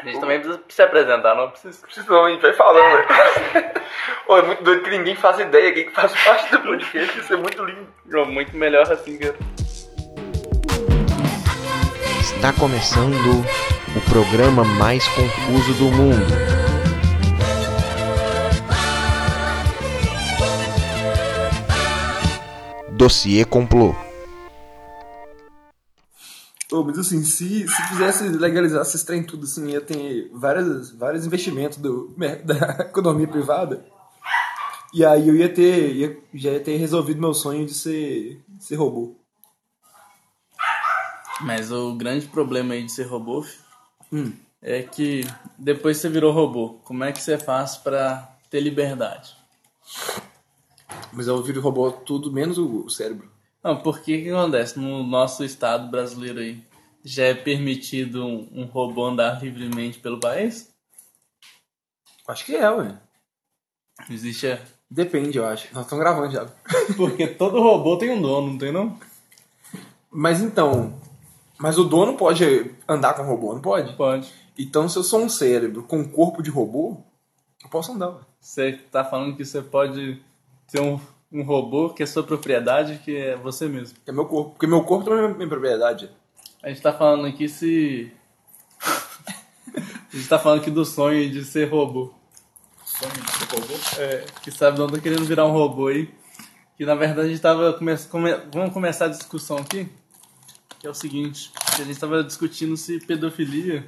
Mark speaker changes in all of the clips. Speaker 1: A gente também precisa se apresentar, não precisa.
Speaker 2: Precisa não, a gente vai falando, velho. Ô, é muito doido que ninguém faz ideia quem que faz parte do podcast. Isso é muito lindo.
Speaker 1: Muito melhor assim, cara.
Speaker 3: Está começando o programa mais confuso do mundo. Dossiê Complô.
Speaker 4: Ô, mas assim, se, se fizesse legalizar esses trem tudo, assim, ia ter várias, vários investimentos do, mer- da economia privada. E aí eu ia ter. ia- já ia ter resolvido meu sonho de ser, ser robô.
Speaker 5: Mas o grande problema aí de ser robô fi,
Speaker 4: Hum.
Speaker 5: é que depois que você virou robô, como é que você faz pra ter liberdade?
Speaker 4: Mas eu viro robô tudo menos o, o cérebro.
Speaker 5: Não, porque que acontece? No nosso estado brasileiro aí, já é permitido um, um robô andar livremente pelo país?
Speaker 4: Acho que é, ué.
Speaker 5: Existe a...
Speaker 4: Depende, eu acho. Nós estamos gravando já.
Speaker 5: Porque todo robô tem um dono, não tem não?
Speaker 4: Mas então. Mas o dono pode andar com o robô, não pode?
Speaker 5: Pode.
Speaker 4: Então, se eu sou um cérebro com um corpo de robô, eu posso andar, ué.
Speaker 5: Você tá falando que você pode ter um, um robô que é sua propriedade, que é você mesmo.
Speaker 4: É meu corpo. Porque meu corpo também é minha propriedade.
Speaker 5: A gente tá falando aqui se... a gente tá falando aqui do sonho de ser robô. É, que sabe não tá querendo virar um robô aí. Que na verdade a gente tava. Come... come- Vamos começar a discussão aqui. Que é o seguinte, que a gente tava discutindo se pedofilia.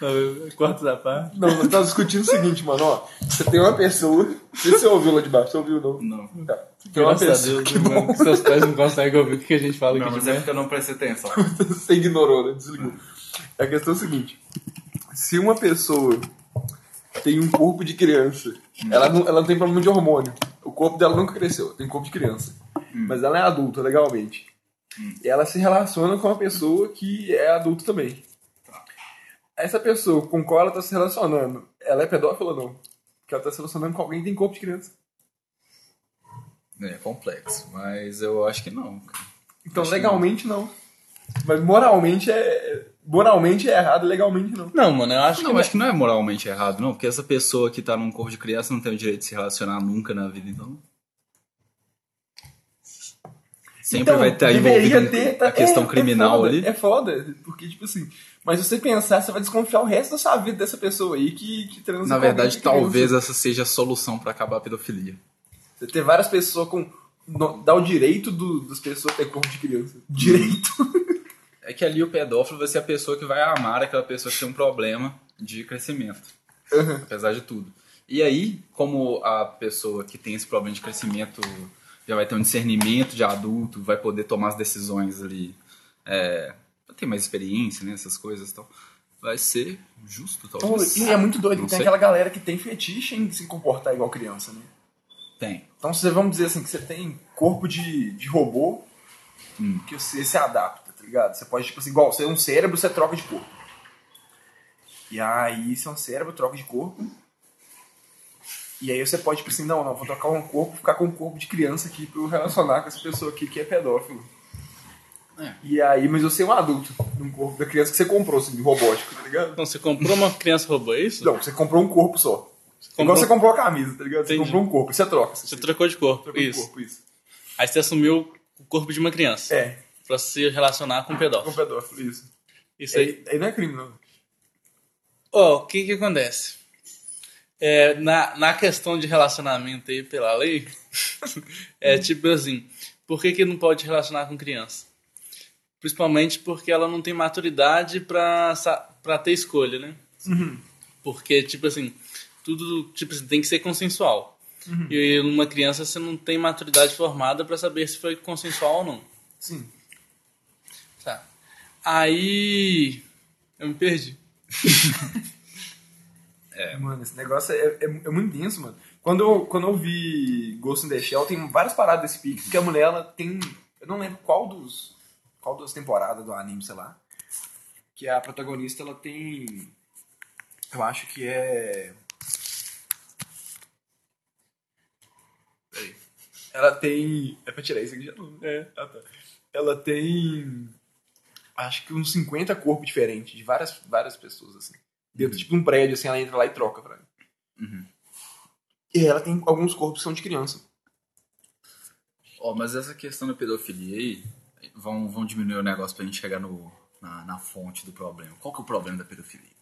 Speaker 5: Não, Corta essa parte.
Speaker 4: Não, nós tava discutindo o seguinte, mano, ó. Você tem uma pessoa. Não sei se você ouviu lá de baixo, você ouviu não?
Speaker 6: Não.
Speaker 4: Tá. Tem uma
Speaker 5: Graças a
Speaker 4: pessoa.
Speaker 5: Deus, né, mano, é que seus pais não conseguem ouvir o que a gente fala
Speaker 6: Não,
Speaker 5: aqui
Speaker 6: mas
Speaker 5: de
Speaker 6: é
Speaker 5: merda.
Speaker 6: porque eu não prestei atenção.
Speaker 4: Você ignorou, né? Desligou. A questão é o seguinte: se uma pessoa tem um corpo de criança, ela, não, ela não tem problema de hormônio. O corpo dela nunca cresceu, tem corpo de criança. Mas ela é adulta legalmente. E ela se relaciona com uma pessoa que é adulta também. Essa pessoa com qual ela tá se relacionando, ela é pedófila ou não? Porque ela tá se relacionando com alguém que tem corpo de criança.
Speaker 6: É complexo, mas eu acho que não. cara.
Speaker 4: Então, legalmente não. Mas moralmente é. Moralmente é errado, legalmente não.
Speaker 5: Não, mano, eu acho
Speaker 6: Não,
Speaker 5: que.
Speaker 6: acho que não é moralmente errado, não, porque essa pessoa que tá num corpo de criança não tem o direito de se relacionar nunca na vida, então. Sempre
Speaker 4: Então,
Speaker 6: vai estar
Speaker 4: deveria
Speaker 6: envolvido
Speaker 4: ter,
Speaker 6: a
Speaker 4: tá-
Speaker 6: questão
Speaker 4: é, é
Speaker 6: criminal
Speaker 4: foda,
Speaker 6: ali.
Speaker 4: É foda, porque, tipo assim, mas se você pensar, você vai desconfiar o resto da sua vida dessa pessoa aí que, que transa
Speaker 6: Na
Speaker 4: com alguém
Speaker 6: verdade,
Speaker 4: que é criança.
Speaker 6: talvez essa seja a solução pra acabar a pedofilia.
Speaker 4: Você ter várias pessoas com. no- dá o direito do, das pessoas ter corpo de criança. Direito.
Speaker 6: É que ali o pedófilo vai ser a pessoa que vai amar aquela pessoa que tem um problema de crescimento. Apesar de tudo. E aí, como a pessoa que tem esse problema de crescimento já vai ter um discernimento de adulto, vai poder tomar as decisões ali, é, vai ter mais experiência, né, essas coisas e tal, vai ser justo, talvez.
Speaker 4: e é muito doido,
Speaker 6: Não
Speaker 4: tem
Speaker 6: sei.
Speaker 4: aquela galera que tem fetiche em se comportar igual criança, né?
Speaker 6: Tem.
Speaker 4: Então você vamos dizer assim, que você tem corpo de, de robô que você se adapta, tá ligado? Você pode, tipo assim, igual você é um cérebro, você troca de corpo. E aí você é um cérebro, troca de corpo. E aí você pode, tipo assim, não, não, vou trocar um corpo, ficar com um corpo de criança aqui pra eu relacionar com essa pessoa aqui que é pedófilo.
Speaker 6: É.
Speaker 4: E aí, mas você é um adulto num corpo da criança que você comprou, assim, robótico, tá ligado?
Speaker 5: Então, você comprou uma criança robô, é isso?
Speaker 4: Não, você comprou um corpo só. Igual você comprou a camisa, tá ligado? Você
Speaker 5: Entendi.
Speaker 4: comprou um corpo, você troca. Você
Speaker 5: Você trocou de corpo,
Speaker 4: trocou de
Speaker 5: isso.
Speaker 4: corpo, isso.
Speaker 5: Aí você assumiu o corpo de uma criança.
Speaker 4: É,
Speaker 5: Pra se relacionar com um
Speaker 4: com
Speaker 5: pedófilo.
Speaker 4: pedófilo, isso.
Speaker 5: Isso aí.
Speaker 4: Aí, aí não é crime, não.
Speaker 5: Ó, o que que acontece? É, na, na questão de relacionamento aí pela lei, é tipo assim, por que que não pode relacionar com criança? Principalmente porque ela não tem maturidade pra, sa- pra ter escolha, né? Porque, tipo assim, tudo tipo assim, tem que ser consensual. E numa criança você não tem maturidade formada pra saber se foi consensual ou não.
Speaker 4: Sim.
Speaker 5: Tá. Aí... Eu me perdi.
Speaker 4: Mano, esse negócio é, é, é muito denso, mano. Quando eu, quando eu vi Ghost in the Shell, tem várias paradas desse pique, porque a mulher, ela tem... Eu não lembro qual dos... Qual das temporadas do anime, sei lá. Que a protagonista, ela tem... Eu acho que é... Peraí. né? Ela tem... É pra tirar isso aqui já não. É, ah, tá. Ela tem... acho que uns 50 corpos diferentes, de várias, várias pessoas, assim. Dentro, tipo, de um prédio, assim, ela entra lá e troca pra mim.
Speaker 6: Uhum.
Speaker 4: E ela tem alguns corpos que são de criança.
Speaker 6: Ó, mas essa questão da pedofilia aí, vão, vão diminuir o negócio pra gente chegar no, na, na fonte do problema. Qual que é o problema da pedofilia?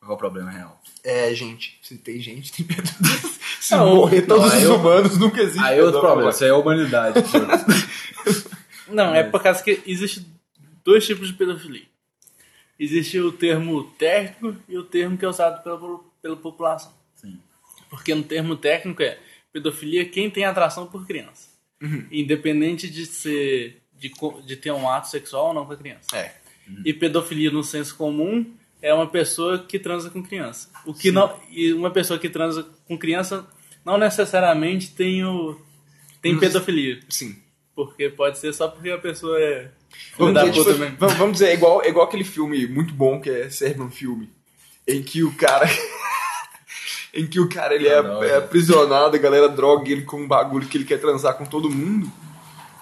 Speaker 6: Qual que é o problema real?
Speaker 4: É, gente, se tem gente, tem medo disso. Se
Speaker 5: Não,
Speaker 4: morrer todos
Speaker 6: não,
Speaker 4: os
Speaker 6: aí eu-
Speaker 4: humanos, nunca existe.
Speaker 6: Aí é outro
Speaker 4: pedófilo.
Speaker 6: problema, isso aí é a humanidade. foda-se.
Speaker 5: Não, é por causa que existe dois tipos de pedofilia. Existe o termo técnico e o termo que é usado pela, po- pela população.
Speaker 6: Sim.
Speaker 5: Porque no termo técnico é pedofilia quem tem atração por criança. Independente de ser de, co- de ter um ato sexual ou não com a criança.
Speaker 4: É.
Speaker 5: E pedofilia no senso comum é uma pessoa que transa com criança. O que não e uma pessoa que transa com criança não necessariamente tem o tem pedofilia.
Speaker 4: Sim.
Speaker 5: Porque pode ser só porque a pessoa é. filho
Speaker 4: Vamos
Speaker 5: da
Speaker 4: dizer, tipo,
Speaker 5: puta mesmo.
Speaker 4: vamos- vamos dizer, é igual, é igual aquele filme muito bom que é Serve um Filme, em que o cara. em que o cara ele é,
Speaker 6: Ah, não,
Speaker 4: é
Speaker 6: é.
Speaker 4: aprisionado, a galera droga ele com um bagulho que ele quer transar com todo mundo.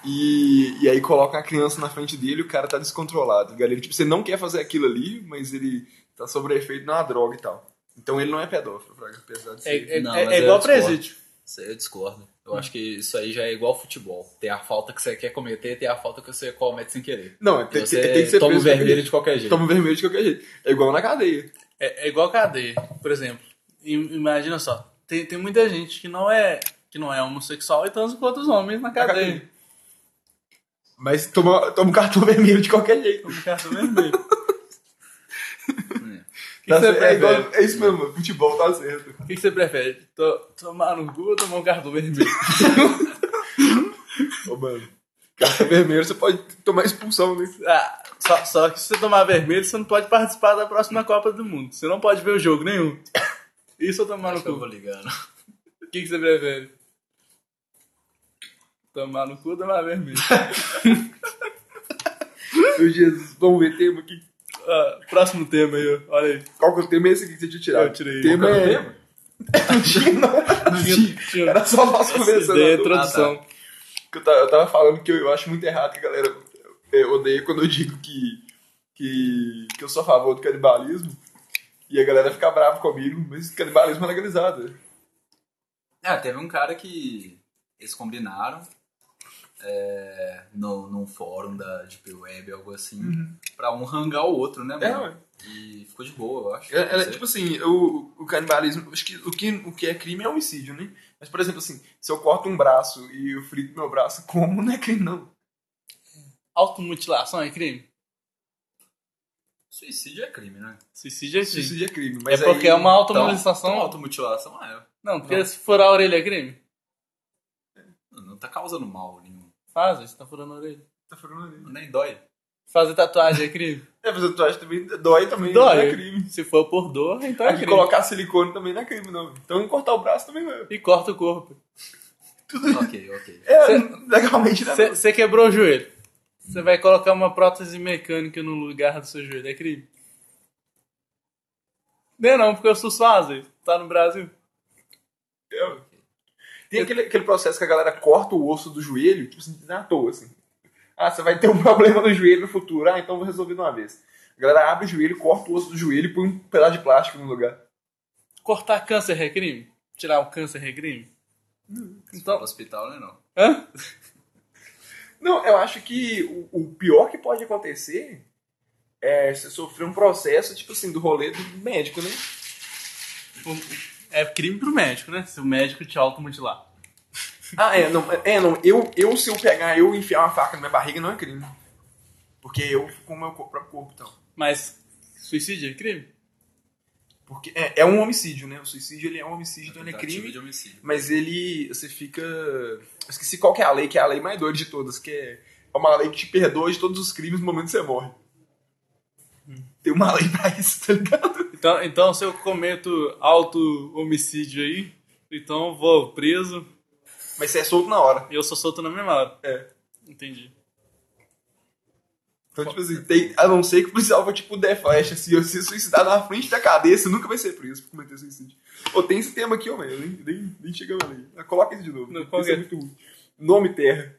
Speaker 4: E, e aí coloca a criança na frente dele e o cara tá descontrolado. Galera, tipo, você não quer fazer aquilo ali, mas ele tá sob o efeito de uma droga e tal. Então ele não é pedófilo, Fraga, apesar de ser.
Speaker 5: É, é-
Speaker 6: Não,
Speaker 5: é-
Speaker 6: mas
Speaker 5: é
Speaker 6: eu
Speaker 5: igual
Speaker 6: discordo.
Speaker 5: presídio.
Speaker 6: Isso aí eu discordo. Eu acho que isso aí já é igual futebol. Tem a falta que você quer cometer e tem a falta que você comete sem querer.
Speaker 4: Não, é-
Speaker 6: E
Speaker 4: tem, tem-
Speaker 6: Você
Speaker 4: tem que ser
Speaker 6: toma
Speaker 4: preso
Speaker 6: o
Speaker 4: de qualquer
Speaker 6: vermelho
Speaker 4: jeito.
Speaker 6: de qualquer jeito.
Speaker 4: Toma o vermelho de qualquer jeito. É igual na cadeia.
Speaker 5: É, é igual cadeia, por exemplo. I- Imagina só, tem, tem muita gente que não é que não é homossexual e transa com outros homens na
Speaker 4: Na
Speaker 5: cadeia.
Speaker 4: Mas toma, toma um cartão vermelho de qualquer jeito.
Speaker 5: Como um cartão vermelho.
Speaker 4: Que que
Speaker 5: você
Speaker 4: é, igual-
Speaker 5: prefere?
Speaker 4: é isso mesmo, futebol tá certo.
Speaker 5: O que, que você prefere? To- tomar no cu ou tomar um cartão vermelho?
Speaker 4: Ô, mano. Cartão vermelho, você pode tomar expulsão, né?
Speaker 5: Ah, só, só que se você tomar vermelho, você não pode participar da próxima Copa do Mundo. Você não pode ver o jogo nenhum. Isso ou tomar no
Speaker 6: Acho que eu
Speaker 5: cu?
Speaker 6: vou ligando.
Speaker 5: O que, que você prefere? Tomar no cu ou tomar vermelho?
Speaker 4: Meu Jesus, vamos ver tema aqui.
Speaker 5: Ah, próximo tema aí, ó. olha aí.
Speaker 4: Qual que é o tema é esse aqui que você tinha tirado?
Speaker 5: Eu tirei.
Speaker 4: Tema
Speaker 5: Qual que
Speaker 4: é... Não tinha, não.
Speaker 5: Tinha- tinha-
Speaker 4: Era só nós
Speaker 5: Essa
Speaker 4: conversando.
Speaker 5: ideia é a
Speaker 4: à toa.
Speaker 5: introdução.
Speaker 4: que eu tava, eu tava falando que eu, eu acho muito errado que a galera é, odeia quando eu digo que, que, que eu sou a favor do canibalismo. E a galera fica brava comigo, mas canibalismo é legalizado.
Speaker 6: Ah, teve um cara que eles combinaram é, no, num fórum da Deep Web, algo assim,
Speaker 4: Uhum.
Speaker 6: pra um rangar o outro, né,
Speaker 4: É,
Speaker 6: mano?
Speaker 4: ué.
Speaker 6: E ficou de boa, eu acho.
Speaker 4: É, é,
Speaker 6: Não sei.
Speaker 4: tipo assim, o, o canibalismo, acho que o, que o que é crime é homicídio, né? Mas, por exemplo, assim, se eu corto um braço e eu frito meu braço, como não é crime, não.
Speaker 5: Automutilação é crime?
Speaker 6: Suicídio é crime, né?
Speaker 5: Suicídio é crime.
Speaker 4: Suicídio é crime.
Speaker 5: é
Speaker 4: Mas
Speaker 5: porque
Speaker 4: aí,
Speaker 5: é uma automutilação.
Speaker 6: Automutilação? Então, automutilação é.
Speaker 5: não, porque se furar a orelha é crime?
Speaker 6: Não tá causando mal nenhum.
Speaker 5: Faz, você tá furando a orelha.
Speaker 4: Tá falando ali.
Speaker 6: Nem dói.
Speaker 5: Fazer tatuagem é crime?
Speaker 4: É, fazer tatuagem também dói também,
Speaker 5: Dói.
Speaker 4: não é crime.
Speaker 5: Se for por dor, então é
Speaker 4: Aqui,
Speaker 5: crime.
Speaker 4: colocar silicone também não é crime, não. Então cortar o braço também não é.
Speaker 5: E corta o corpo.
Speaker 4: Tudo isso.
Speaker 6: ok, ok.
Speaker 4: É,
Speaker 5: Cê-
Speaker 4: legalmente não. é.
Speaker 5: Você quebrou o joelho. Você vai colocar uma prótese mecânica no lugar do seu joelho. É crime? Não é não, porque o SUS faz isso. Tá no Brasil.
Speaker 4: É. Tem aquele, aquele processo que a galera corta o osso do joelho, tipo assim, na toa, assim. Ah, você vai ter um problema no joelho no futuro. Ah, então vou resolver de uma vez. A galera abre o joelho, corta o osso do joelho e põe um pedaço de plástico no lugar.
Speaker 5: Cortar câncer é crime? Tirar o câncer é crime?
Speaker 6: Então, hospital, né, não.
Speaker 5: Hã?
Speaker 4: Não, eu acho que o, o pior que pode acontecer é você sofrer um processo, tipo assim, do rolê do médico, né?
Speaker 5: O- É crime pro médico, né? Se o médico te automutilar.
Speaker 4: Ah, é, não, é, não. Eu, eu se eu pegar, eu enfiar uma faca na minha barriga, não é crime. Porque eu fico com o meu co- próprio corpo, então.
Speaker 5: Mas suicídio é crime?
Speaker 4: Porque é, é um homicídio, né? O suicídio ele é um homicídio, então ele é
Speaker 6: Tentativa
Speaker 4: crime.
Speaker 6: de homicídio.
Speaker 4: Mas ele. Você fica. eu Esqueci qual que é a lei, que é a lei mais doida de todas, que é uma lei que te perdoa de todos os crimes no momento que você morre. Tem uma lei pra isso, tá ligado?
Speaker 5: Então, então se eu cometo auto-homicídio aí, então eu vou preso
Speaker 4: Mas você é solto na hora.
Speaker 5: e eu sou solto na mesma hora.
Speaker 4: É.
Speaker 5: Entendi.
Speaker 4: Então, tipo assim, tem, a não ser que o policial vai, tipo, der flecha, se você suicidar na frente da cadeia, você nunca vai ser preso por cometer suicídio. Ou tem esse tema aqui, homem, eu nem, nem, nem chegamos ali. Ah, Coloca isso de novo.
Speaker 5: Não, é?
Speaker 4: porque
Speaker 5: qual
Speaker 4: isso é
Speaker 5: que
Speaker 4: muito ruim. Nome terra.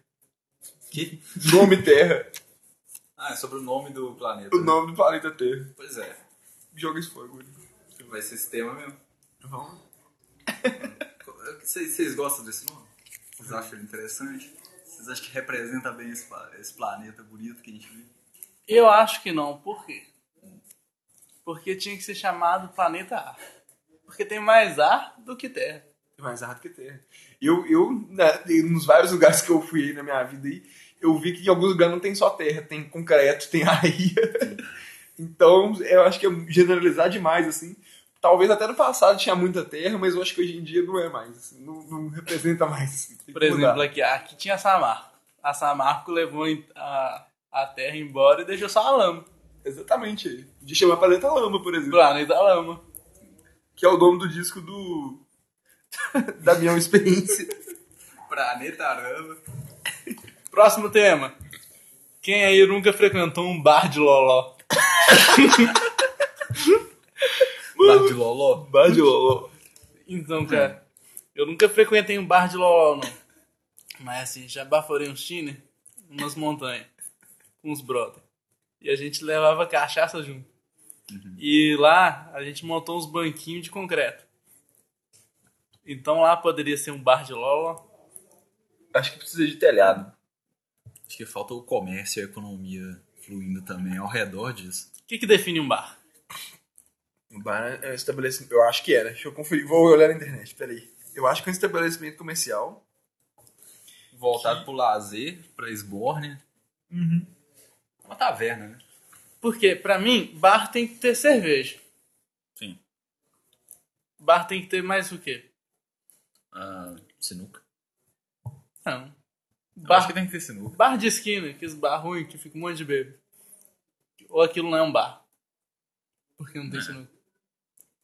Speaker 6: Que?
Speaker 4: Nome terra.
Speaker 6: Ah, é sobre o nome do planeta.
Speaker 4: O
Speaker 6: né?
Speaker 4: nome do planeta Terra.
Speaker 6: Pois é.
Speaker 4: Joga isso fora, Guri.
Speaker 6: Vai ser esse tema mesmo.
Speaker 4: Vamos.
Speaker 6: Vocês vocês gostam desse nome? Vocês acham ele interessante? Vocês acham que representa bem esse, pa- esse planeta bonito que a gente vive?
Speaker 5: Eu acho que não. Por quê? Porque tinha que ser chamado Planeta Ar. Porque tem mais ar do que terra.
Speaker 4: Mais errado que terra. Eu, eu na- nos vários lugares que eu fui aí na minha vida aí, eu vi que em alguns lugares não tem só terra, tem concreto, tem areia. então, eu acho que é generalizar demais, assim. Talvez até no passado tinha muita terra, mas eu acho que hoje em dia não é mais. assim, não, não representa mais. assim, tem
Speaker 5: Por
Speaker 4: que mudar.
Speaker 5: exemplo, aqui, aqui tinha a Samarco. A Samarco levou em- a, a terra embora e deixou só a lama.
Speaker 4: Exatamente. aí. De chamar Planeta Lama, por exemplo.
Speaker 5: Planeta Lama.
Speaker 4: Que é o nome do disco do. da minha experiência.
Speaker 6: Planeta Arama.
Speaker 5: Próximo tema. Quem aí nunca frequentou um bar de loló?
Speaker 6: Bar de Loló.
Speaker 4: Badiolo.
Speaker 5: Então,
Speaker 6: É.
Speaker 5: cara, eu nunca frequentei um bar de loló, não. Mas assim, já baforei uns tiner, umas montanhas, com uns brother. E a gente levava cachaça junto.
Speaker 6: Uhum.
Speaker 5: E lá a gente montou uns banquinhos de concreto. Então lá poderia ser um bar de loló.
Speaker 2: Acho que precisa de telhado.
Speaker 6: Acho que falta o comércio e a economia fluindo também ao redor disso.
Speaker 5: O que, que define um bar?
Speaker 4: Um bar é um estabelecimento. Eu acho que era. Deixa eu conferir. Vou olhar na internet, peraí. Eu acho que é um estabelecimento comercial.
Speaker 6: Voltado pro lazer, pra esborne. Uhum. Uma taverna, né?
Speaker 5: Porque, pra mim, bar tem que ter cerveja.
Speaker 6: Sim.
Speaker 5: Bar tem que ter mais o quê?
Speaker 6: Ah, sinuca.
Speaker 5: Não.
Speaker 6: Eu
Speaker 5: Bar,
Speaker 6: Acho que tem que ter sinuca.
Speaker 5: bar de esquina, aqueles bar ruim que fica um monte de bebê. Ou aquilo não é um bar. Porque não tem sinuca.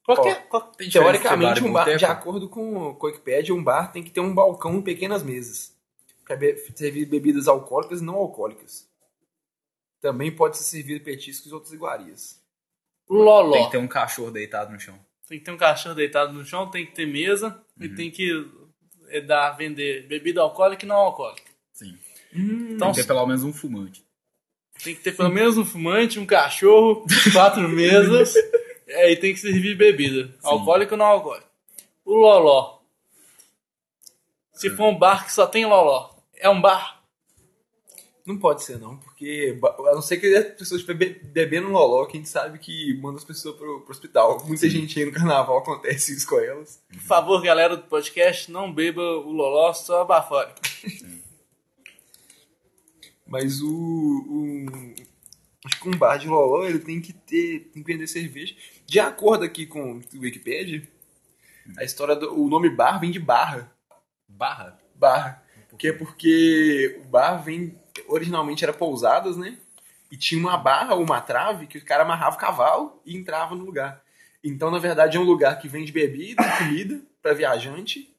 Speaker 5: Qualquer, qualquer...
Speaker 6: Tem diferença entre
Speaker 4: Teoricamente,
Speaker 6: bar e
Speaker 4: um bar,
Speaker 6: boteco?
Speaker 4: de acordo com o Wikipedia, um bar tem que ter um balcão e pequenas mesas. Pra be- servir bebidas alcoólicas e não alcoólicas. Também pode ser servido petiscos e outras iguarias.
Speaker 5: Loló.
Speaker 6: Tem que ter um cachorro deitado no chão.
Speaker 5: um cachorro deitado no chão, tem que ter mesa
Speaker 6: Uhum.
Speaker 5: e tem que eh, dar, vender bebida alcoólica e não alcoólica.
Speaker 6: Sim.
Speaker 5: Então,
Speaker 6: tem que ter pelo menos um fumante.
Speaker 5: Tem que ter pelo menos um fumante, um cachorro, quatro mesas. é, e tem que servir bebida. Alcoólico ou não alcoólico. O loló. Se for um bar que só tem loló, é um bar.
Speaker 4: Não pode ser, não, porque ba- a não ser que as pessoas bebe- bebendo um loló, que a gente sabe que manda as pessoas pro, pro hospital. Muita gente aí no carnaval acontece isso com elas.
Speaker 5: Por favor, galera do podcast, não beba o loló, só abafore.
Speaker 4: Mas o. o- acho que um bar de loló ele tem que ter. tem que vender cerveja. De acordo aqui com o Wikipedia, a história do. O nome bar vem de barra.
Speaker 6: Barra?
Speaker 4: Barra. Que é porque o bar vem. Originalmente era pousadas, né? E tinha uma barra ou uma trave que o cara amarrava o cavalo e entrava no lugar. Então, na verdade, é um lugar que vende bebida e comida para viajante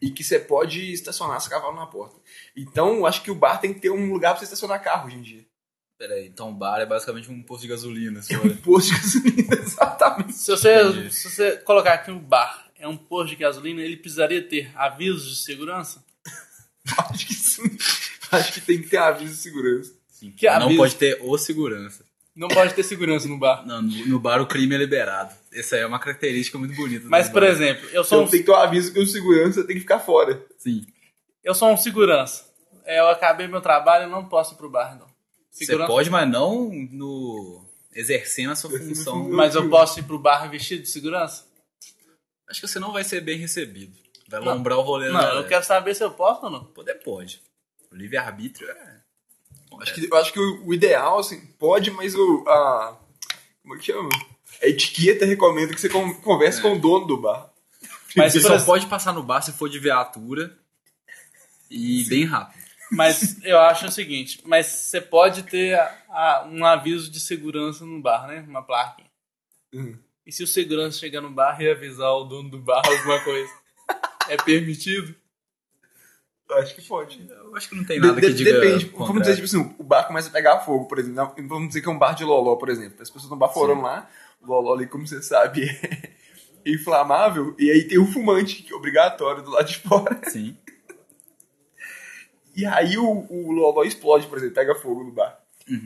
Speaker 4: e que você pode estacionar seu cavalo na porta. Então, eu acho que o bar tem que ter um lugar pra você estacionar carro hoje em dia.
Speaker 6: Peraí, então bar é basicamente um posto de gasolina, se olha.
Speaker 4: Posto de gasolina, exatamente.
Speaker 5: Se você,
Speaker 6: Entendi.
Speaker 5: se você colocar aqui um bar é um posto de gasolina, ele precisaria ter avisos de segurança?
Speaker 4: Acho que sim. Acho que tem que ter aviso de segurança.
Speaker 6: Sim.
Speaker 5: Que
Speaker 6: assim. não
Speaker 5: aviso.
Speaker 6: pode ter o segurança.
Speaker 5: Não pode ter segurança no bar.
Speaker 6: Não, no, no bar o crime é liberado. Essa aí é uma característica muito bonita. do
Speaker 5: Mas,
Speaker 6: bar.
Speaker 5: por exemplo, eu sou
Speaker 4: Então
Speaker 5: um
Speaker 4: tem que ter um aviso que o segurança tem que ficar fora.
Speaker 6: Sim.
Speaker 5: Eu sou um segurança. É, Eu acabei meu trabalho e não posso ir pro bar, não.
Speaker 6: Você
Speaker 5: Segurança,
Speaker 6: pode, mas não no exercendo a sua função.
Speaker 5: mas eu posso ir pro bar vestido de segurança?
Speaker 6: Acho que você não vai ser bem recebido. Vai lombrar o rolê da
Speaker 5: Não, eu
Speaker 6: galera.
Speaker 5: quero saber se eu posso ou não.
Speaker 6: Poder pode. O livre-arbítrio é.
Speaker 4: Acho que, eu acho que o, o ideal, assim, pode, mas o. A, como é que chama? A etiqueta recomenda que você con- converse
Speaker 6: É.
Speaker 4: com o dono do bar.
Speaker 5: Mas,
Speaker 6: você
Speaker 5: por
Speaker 6: só
Speaker 5: ex-
Speaker 6: pode passar no bar se for de viatura e bem rápido.
Speaker 5: Mas eu acho o seguinte, mas você pode ter a- a- um aviso de segurança no bar, né? Uma placa.
Speaker 4: Hum.
Speaker 5: E se o segurança chegar no bar e avisar o dono do bar alguma coisa? é permitido?
Speaker 4: Acho que pode.
Speaker 6: Eu acho que não tem nada
Speaker 4: De-
Speaker 6: que
Speaker 4: de-
Speaker 6: diga.
Speaker 4: depende.
Speaker 6: o
Speaker 4: Vamos dizer,
Speaker 6: contrário.
Speaker 4: tipo assim, o bar começa a pegar fogo, por exemplo. Não, Vamos dizer que é um bar de loló, por exemplo. As pessoas estão baforando lá. O loló ali, como você sabe, é inflamável. E aí tem o fumante, que é obrigatório, do lado de fora.
Speaker 6: Sim.
Speaker 4: E aí o, o loló explode, por exemplo. Pega fogo no bar.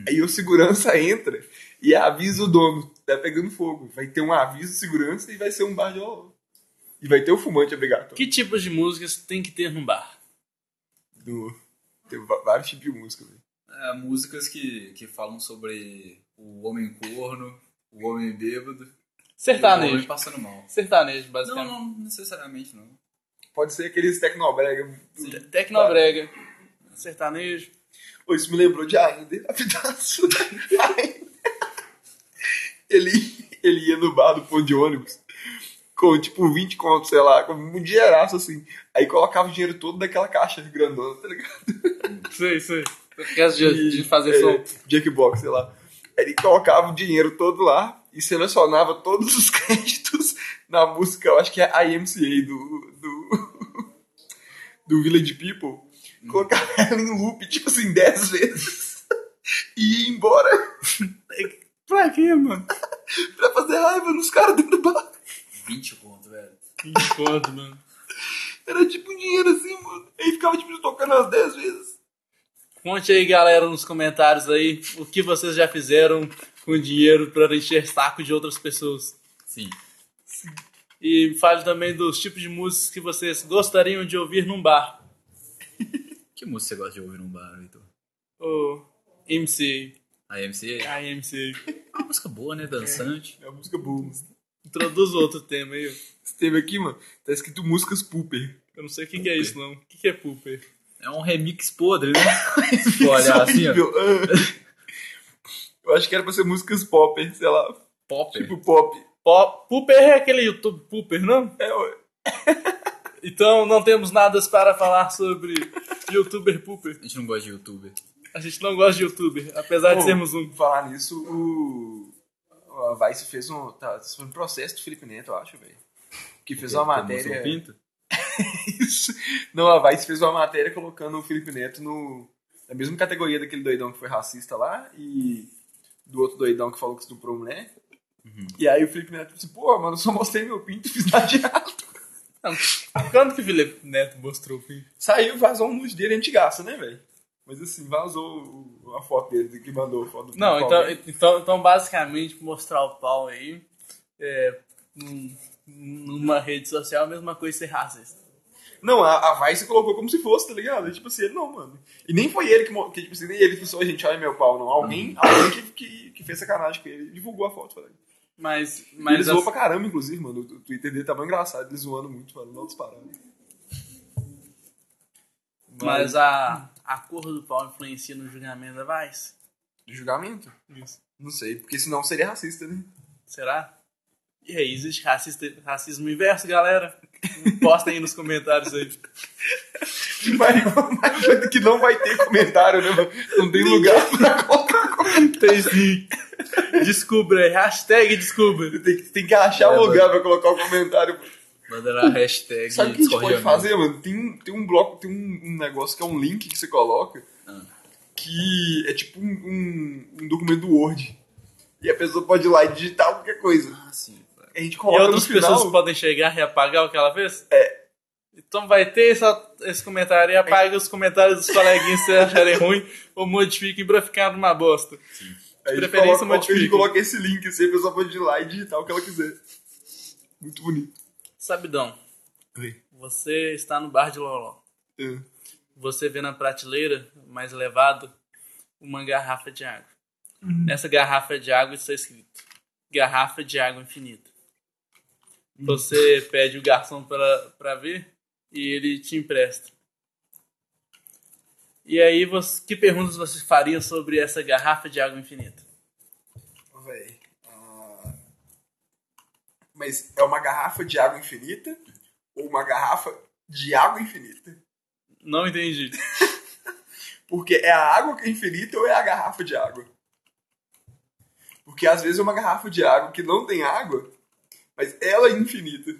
Speaker 4: Aí o segurança entra e avisa o dono, tá pegando fogo. Vai ter um aviso de segurança e vai ser um bar de horror. E vai ter o fumante obrigatório.
Speaker 5: Que tipos de músicas tem que ter num bar?
Speaker 4: Do... Tem va- vários tipos de música, velho.
Speaker 6: É, músicas que, que falam sobre o homem corno, o homem bêbado, e o homem
Speaker 5: Sertanejo.
Speaker 6: passando mal.
Speaker 5: Sertanejo,
Speaker 6: Não,
Speaker 5: basicamente.
Speaker 6: não necessariamente não.
Speaker 4: Pode ser aqueles tecnobrega.
Speaker 5: Te- Tecnobrega. Sertanejo.
Speaker 4: Ô, Isso me lembrou de ainda. A pedaço da Ainda. ele, ele ia no bar do ponto de ônibus com tipo 20 contos, sei lá, com um dinheiraço assim. Aí colocava o dinheiro todo daquela caixa grandona, tá ligado?
Speaker 5: Sei, sei. Por causa de, de fazer
Speaker 4: é,
Speaker 5: som.
Speaker 4: Jackbox, sei lá. Aí ele colocava o dinheiro todo lá e selecionava todos os créditos na música, eu acho que é a IMCA do. do. do Village People. Colocava ela em loop, tipo assim, 10 vezes. E ia embora
Speaker 5: Pra quê, mano?
Speaker 4: pra fazer raiva nos caras dentro do bar.
Speaker 6: 20 conto, velho.
Speaker 5: Que desconto, mano.
Speaker 4: Era tipo um dinheiro assim, mano. Aí ficava tipo tocando umas 10 vezes.
Speaker 5: Conte aí, galera, nos comentários aí o que vocês já fizeram com dinheiro pra encher saco de outras pessoas.
Speaker 6: Sim.
Speaker 5: E fale também dos tipos de músicas que vocês gostariam de ouvir num bar.
Speaker 6: Que música você gosta de ouvir num bar, Vitor?
Speaker 5: Ô, MC,
Speaker 6: A MCA?
Speaker 5: KMC.
Speaker 6: É uma música boa, né? Dançante.
Speaker 4: É uma música boa.
Speaker 5: Introduz outro tema aí. ó.
Speaker 4: Esse tema aqui, mano, tá escrito músicas pooper.
Speaker 5: Eu não sei o que, que é isso, não. O que, que é pooper?
Speaker 6: É um remix podre, né? Se for olhar assim, ó.
Speaker 4: é Horrível. Eu acho que era pra ser músicas popper, sei lá.
Speaker 6: Popper.
Speaker 4: Tipo pop.
Speaker 5: Pó- Pooper é aquele YouTube pooper, não?
Speaker 4: É, ué.
Speaker 5: Então não temos nada para falar sobre youtuber pooper.
Speaker 6: A gente não gosta de youtuber.
Speaker 5: A gente não gosta de youtuber, apesar de
Speaker 4: Ô,
Speaker 5: sermos um.
Speaker 4: Falar nisso, o. A Vice fez um. Tá, isso foi um processo do Felipe Neto, eu acho, velho. Que fez uma
Speaker 6: Tem um moção
Speaker 4: matéria.
Speaker 6: Pinta?
Speaker 4: Isso. Não, a Vice fez uma matéria colocando o Felipe Neto no. Na mesma categoria daquele doidão que foi racista lá e do outro doidão que falou que estuprou mulher. E aí o Felipe Neto disse, pô, mano, só mostrei meu pinto e fiz nada de errado.
Speaker 5: Quando que o Felipe Neto mostrou o fim?
Speaker 4: Saiu, vazou um nude dele, a gente gasta, né, velho? Mas assim, vazou o- a foto dele, que mandou a foto do né?
Speaker 5: Não,
Speaker 4: pau
Speaker 5: então,
Speaker 4: dele.
Speaker 5: então, então basicamente mostrar o pau aí é, num- numa rede social é a mesma coisa que ser racista.
Speaker 4: Não, a, a Vice colocou como se fosse, tá ligado? E, tipo assim, ele não, mano. E nem foi ele que, mo- que tipo assim, nem ele que só, gente, olha meu pau, não. Alguém, alguém que, que, que fez sacanagem com ele, divulgou a foto, falei.
Speaker 5: Mas,
Speaker 4: Mas ele
Speaker 5: mas
Speaker 4: zoou
Speaker 5: as-
Speaker 4: pra caramba, inclusive, mano. O Twitter dele tava engraçado, ele zoando muito, mano. Não disparando.
Speaker 5: Mas a, a cor do pau influencia no julgamento da Vice?
Speaker 4: De julgamento? Isso. Não sei, porque senão seria racista, né?
Speaker 5: Será? E aí, existe racista, racismo inverso, galera? Postem aí nos comentários aí.
Speaker 4: Mas, mas que não vai ter comentário, né, mano? Não tem lugar pra colocar.
Speaker 5: Tem sim. Descubra aí, hashtag descubra.
Speaker 4: Tem, que- tem que achar
Speaker 6: É,
Speaker 4: um lugar pra colocar o comentário.
Speaker 6: Mandaram a hashtag
Speaker 4: Sabe o que a gente pode
Speaker 6: escorregamento.
Speaker 4: fazer, mano? Tem um, tem um bloco, tem um, um negócio que é um link que você coloca
Speaker 6: Ah.
Speaker 4: que é tipo um, um, um documento do Word. E a pessoa pode ir lá e digitar qualquer coisa.
Speaker 6: Ah, sim. velho.
Speaker 4: A gente
Speaker 5: E
Speaker 4: coloca no
Speaker 5: outras
Speaker 4: final.
Speaker 5: pessoas podem chegar e apagar o que ela fez? É. Então vai ter essa- esse comentário e apaga os comentários dos coleguinhas se acharem ruim ou modifiquem pra ficar numa bosta.
Speaker 4: Aí
Speaker 5: De
Speaker 4: a gente
Speaker 5: preferência,
Speaker 4: coloca, a gente
Speaker 5: modifica.
Speaker 4: coloca esse link assim, a pessoa pode ir lá e digitar o que ela quiser. Muito bonito.
Speaker 5: Sabidão,
Speaker 4: Oi.
Speaker 5: você está no bar de Loló.
Speaker 4: É.
Speaker 5: Você vê na prateleira, mais elevado, uma garrafa de água. Nessa garrafa de água está escrito: Garrafa de água infinita. Você pede o garçom para pra ver e ele te empresta. E aí, você, que perguntas você faria sobre essa garrafa de água infinita?
Speaker 4: Véi. ah, Mas é uma garrafa de água infinita ou uma garrafa de água infinita?
Speaker 5: Não entendi.
Speaker 4: Porque é a água que é infinita ou é a garrafa de água? Porque às vezes é uma garrafa de água que não tem água, mas ela é infinita.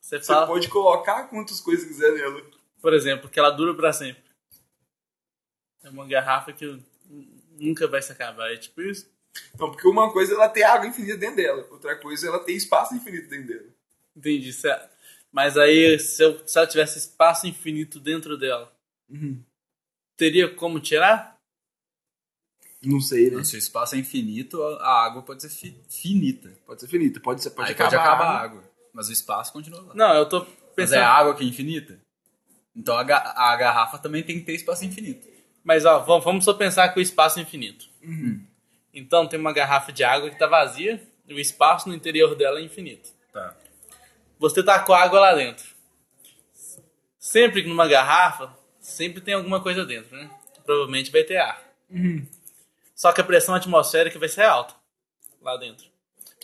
Speaker 5: Você
Speaker 4: Você
Speaker 5: fala,
Speaker 4: pode colocar quantas coisas quiser nela.
Speaker 5: por exemplo, que ela dura para sempre. É uma garrafa que n- nunca vai se acabar. É tipo isso?
Speaker 4: Não, porque uma coisa é ela ter água infinita dentro dela, outra coisa é ela ter espaço infinito dentro dela.
Speaker 5: Entendi. Certo. Mas aí, se, eu, se ela tivesse espaço
Speaker 6: Uhum.
Speaker 5: infinito dentro dela, teria como tirar?
Speaker 4: Não sei, né?
Speaker 6: Então, se o espaço é infinito, a água pode ser fi- finita.
Speaker 4: Pode ser finita, pode ser pode
Speaker 6: Aí
Speaker 4: acabar.
Speaker 6: pode acabar a água. Mas o espaço continua lá.
Speaker 5: Não, eu tô
Speaker 6: Mas é a
Speaker 5: pensando.
Speaker 6: água que é infinita. Então a, ga- a garrafa também tem que ter espaço infinito.
Speaker 5: Mas ó, vamos, vamos só pensar que o espaço é infinito.
Speaker 6: Uhum.
Speaker 5: Então tem uma garrafa de água que tá vazia e o espaço no interior dela é infinito.
Speaker 6: Tá.
Speaker 5: Você tacou água lá dentro. Sempre que numa garrafa, sempre tem alguma coisa dentro, né? Provavelmente vai ter ar.
Speaker 6: Uhum.
Speaker 5: Só que a pressão atmosférica vai ser alta lá dentro.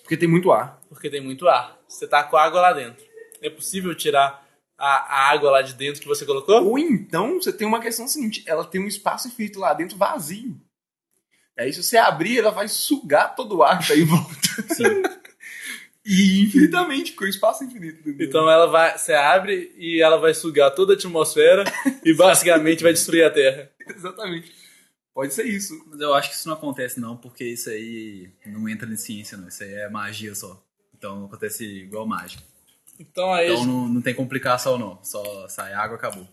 Speaker 4: Porque tem muito ar.
Speaker 5: porque tem muito ar. Você tá com água lá dentro. É possível tirar a, a água lá de dentro que você colocou?
Speaker 4: Ou então você tem uma questão seguinte: ela tem um espaço infinito lá dentro vazio. Aí se você abrir, ela vai sugar todo o ar que tá em volta. e infinitamente, com o espaço é infinito. entendeu?
Speaker 5: Então ela vai, você abre e ela vai sugar toda a atmosfera e basicamente vai destruir a Terra.
Speaker 4: Exatamente. Pode ser isso.
Speaker 6: Mas eu acho que isso não acontece não, porque isso aí não entra em ciência não. Isso aí é magia só. Então acontece igual mágica.
Speaker 5: Então
Speaker 4: É
Speaker 5: aí,
Speaker 6: Então não, não tem complicação não. Só sai água, acabou.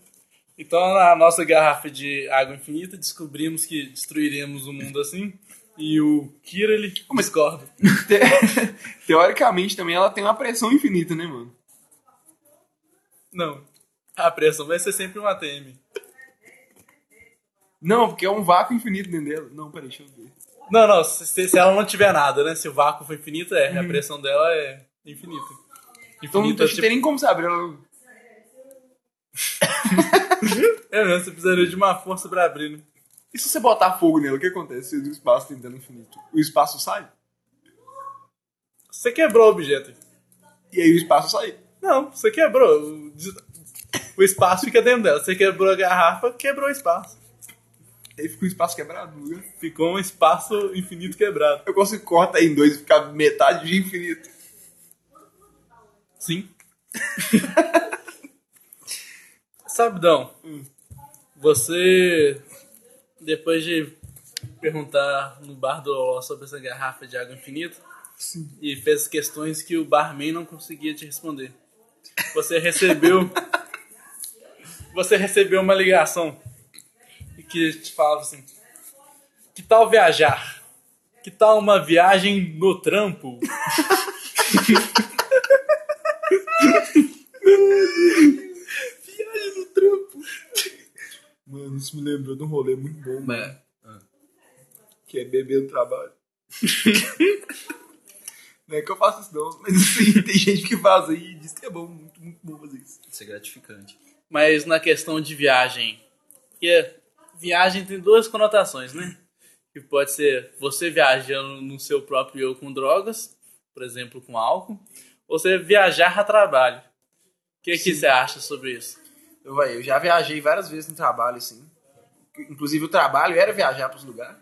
Speaker 5: então na nossa garrafa de água infinita descobrimos que destruiremos o mundo assim e o Kira ele discorda.
Speaker 4: Te- Teoricamente também ela tem uma pressão infinita, né, mano?
Speaker 5: Não. A pressão vai ser sempre um ATM.
Speaker 4: Não, porque é um vácuo infinito dentro dela. Não, peraí, deixa eu ver.
Speaker 5: Não, não, se, se ela não tiver nada, né? Se o vácuo for infinito, é. A pressão dela é infinita.
Speaker 4: Então não
Speaker 5: Infinita,
Speaker 4: tem
Speaker 5: tipo,
Speaker 4: nem como saber. Ela...
Speaker 5: É mesmo, você precisaria de uma força pra abrir, né?
Speaker 4: E se você botar fogo nela, o que acontece? O espaço tentando infinito. O espaço sai?
Speaker 5: Você quebrou o objeto.
Speaker 4: E aí o espaço sai.
Speaker 5: Não, você quebrou. O des- O espaço fica dentro dela. Você quebrou a garrafa, quebrou o espaço.
Speaker 4: Aí fica o espaço quebrado no lugar.
Speaker 5: Ficou um espaço infinito quebrado.
Speaker 4: Eu consigo cortar em dois e ficar metade de infinito.
Speaker 5: Sim. Sabidão,
Speaker 4: Hum.
Speaker 5: você, depois de perguntar no bar do Loló sobre essa garrafa de água infinita, e fez questões que o barman não conseguia te responder. Você recebeu. você recebeu uma ligação que te falava assim: Que tal viajar? Que tal uma viagem no trampo?
Speaker 4: Mano, isso me lembrou de um rolê muito bom, mano,
Speaker 6: Mas
Speaker 4: É. que é beber no trabalho. não é que eu faço isso não, mas assim, tem gente que faz aí e diz que é bom, muito, muito bom fazer isso.
Speaker 6: isso é gratificante.
Speaker 5: mas na questão de viagem. Porque viagem tem duas conotações, né? Que pode ser você viajando no seu próprio eu com drogas, por exemplo, com álcool, ou você viajar a trabalho. O que, que você acha sobre isso?
Speaker 4: Eu, vai, eu já viajei várias vezes no trabalho, assim. Inclusive o trabalho era viajar pros lugares.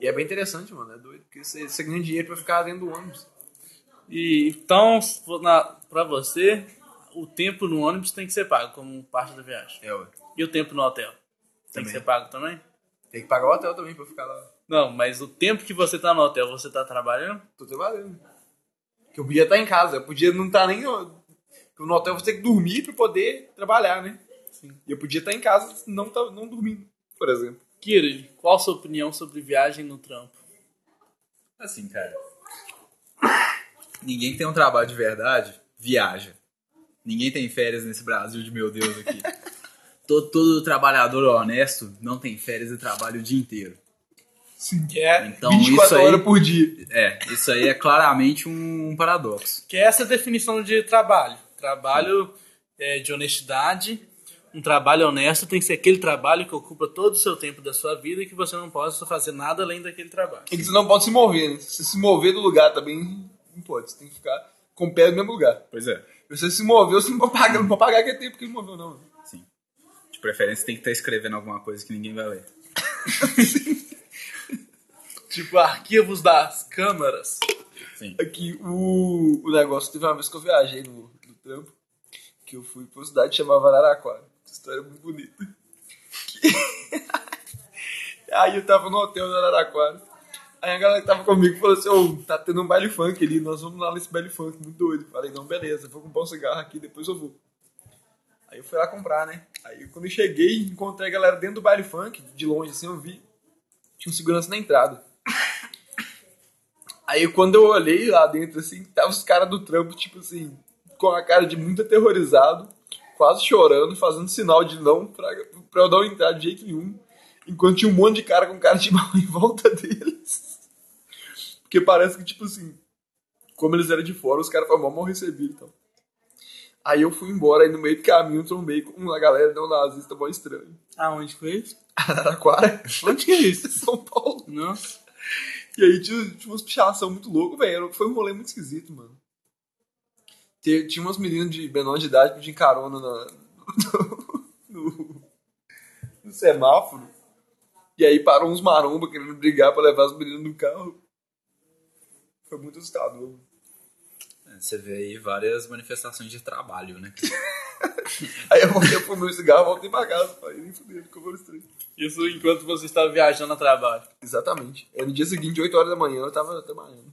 Speaker 4: E é bem interessante, mano, é doido, porque você, você ganha dinheiro pra ficar dentro do ônibus.
Speaker 5: E, então, para você, o tempo no ônibus tem que ser pago como parte da viagem.
Speaker 4: É, ué.
Speaker 5: E o tempo no hotel? Tem que
Speaker 4: Também.
Speaker 5: ser pago também?
Speaker 4: Tem que pagar o hotel também pra ficar lá.
Speaker 5: Não, mas o tempo que você tá no hotel, você tá trabalhando?
Speaker 4: Tô trabalhando. Que eu podia estar em casa, eu podia não estar nem. No, no hotel você tem que dormir pra poder trabalhar, né? E eu podia estar em casa não, tá, não dormindo, por exemplo.
Speaker 5: Kirill, qual a sua opinião sobre viagem no trampo?
Speaker 6: Assim, cara. Ninguém que tem um trabalho de verdade, viaja. Ninguém tem férias nesse Brasil de meu Deus aqui. todo, todo trabalhador honesto não tem férias e trabalha o dia inteiro.
Speaker 5: Que é,
Speaker 6: Então
Speaker 4: 24
Speaker 6: isso aí,
Speaker 4: horas por dia.
Speaker 6: é, isso aí é claramente um paradoxo.
Speaker 5: que é essa definição de trabalho. Trabalho é, de honestidade. Um trabalho honesto tem que ser aquele trabalho que ocupa todo o seu tempo da sua vida e que você não possa fazer nada além daquele trabalho.
Speaker 4: E que você não pode se mover, né? Se você se mover do lugar também, não pode. Você tem que ficar com o pé no mesmo lugar.
Speaker 6: Pois é.
Speaker 4: Se você se moveu, você não pode pagar, não pode pagar aquele tempo que ele moveu, não. né?
Speaker 6: De preferência tem que estar escrevendo alguma coisa que ninguém vai ler.
Speaker 5: Tipo, arquivos das câmaras.
Speaker 4: Aqui, É o, o negócio teve uma vez que eu viajei no, no trampo, que eu fui pra uma cidade que chamava Araraquara. Essa história é muito bonita. Que- Aí eu tava no hotel de Araraquara. Aí a galera que tava comigo falou assim: Ô, tá tendo um baile funk ali, nós vamos lá nesse baile funk, muito doido. Falei: Não, beleza, vou comprar um cigarro aqui, depois eu vou. Aí eu fui lá comprar, né? Aí quando eu cheguei, encontrei a galera dentro do baile funk, de longe assim, eu vi. Tinha um segurança na entrada. Aí quando eu olhei lá dentro, assim, tava os caras do trampo, tipo assim, com a cara de muito aterrorizado, quase chorando, fazendo sinal de não pra, pra eu não entrar de jeito nenhum. Enquanto tinha um monte de cara com cara de mal em volta deles. Porque parece que, tipo assim, como eles eram de fora, os caras foram mal, mal recebidos e tal. Aí eu fui embora, aí no meio do caminho eu trombei com uma galera não nazista mó estranho.
Speaker 5: Aonde foi isso?
Speaker 4: Araraquara,
Speaker 5: Onde que é isso?
Speaker 4: São Paulo.
Speaker 5: Nossa.
Speaker 4: E aí tinha, tinha umas pichação muito louco, velho. Foi um rolê muito esquisito, mano. Te- tinha umas meninas de menor de idade pedindo carona na- no, no- no semáforo. E aí parou uns maromba querendo brigar pra levar as meninas no carro. Foi muito assustador.
Speaker 6: É, Você vê aí várias manifestações de trabalho, né?
Speaker 4: Aí eu voltei pro meu cigarro, voltei pra casa. Falei, nem fudeu, ficou muito estranho.
Speaker 5: Isso enquanto você estava viajando a trabalho.
Speaker 4: Exatamente. Aí no dia seguinte, 8 horas da manhã, eu tava trabalhando.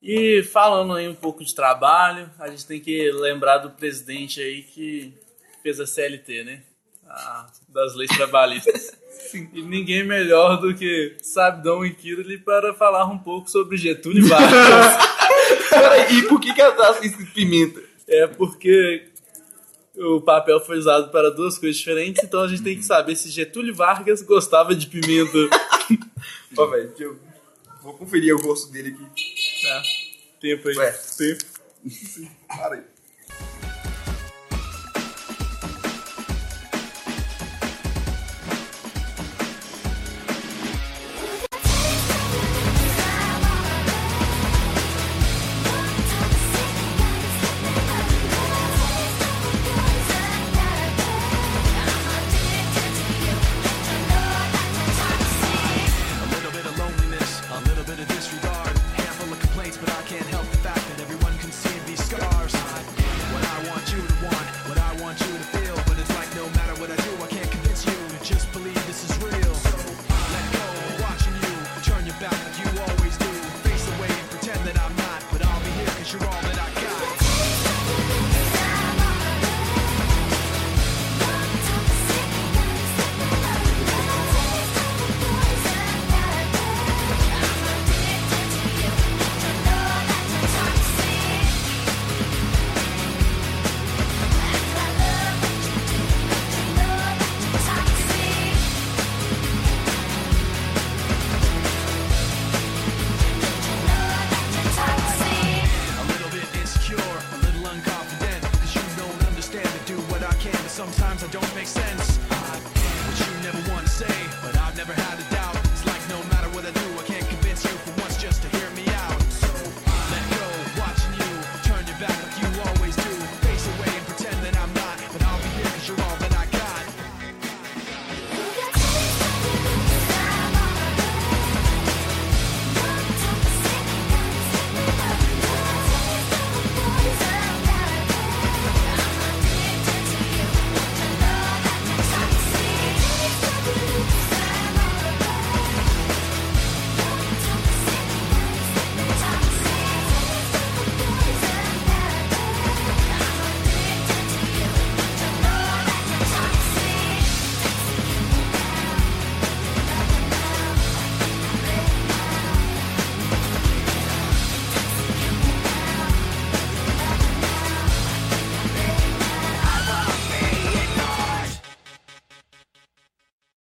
Speaker 5: E falando aí um pouco de trabalho, a gente tem que lembrar do presidente aí que fez a CLT, né? Ah, das leis trabalhistas. E ninguém melhor do que Sabidão e Kirli para falar um pouco sobre Getúlio Vargas.
Speaker 4: Peraí, e por que que as asas escritas pimenta?
Speaker 5: é porque o papel foi usado para duas coisas diferentes, então a gente tem que saber se Getúlio Vargas gostava de pimenta.
Speaker 4: Ó, velho, que eu vou conferir o rosto dele aqui.
Speaker 5: Tá. Tempo aí.
Speaker 4: Ué.
Speaker 5: Tempo.
Speaker 4: Para aí.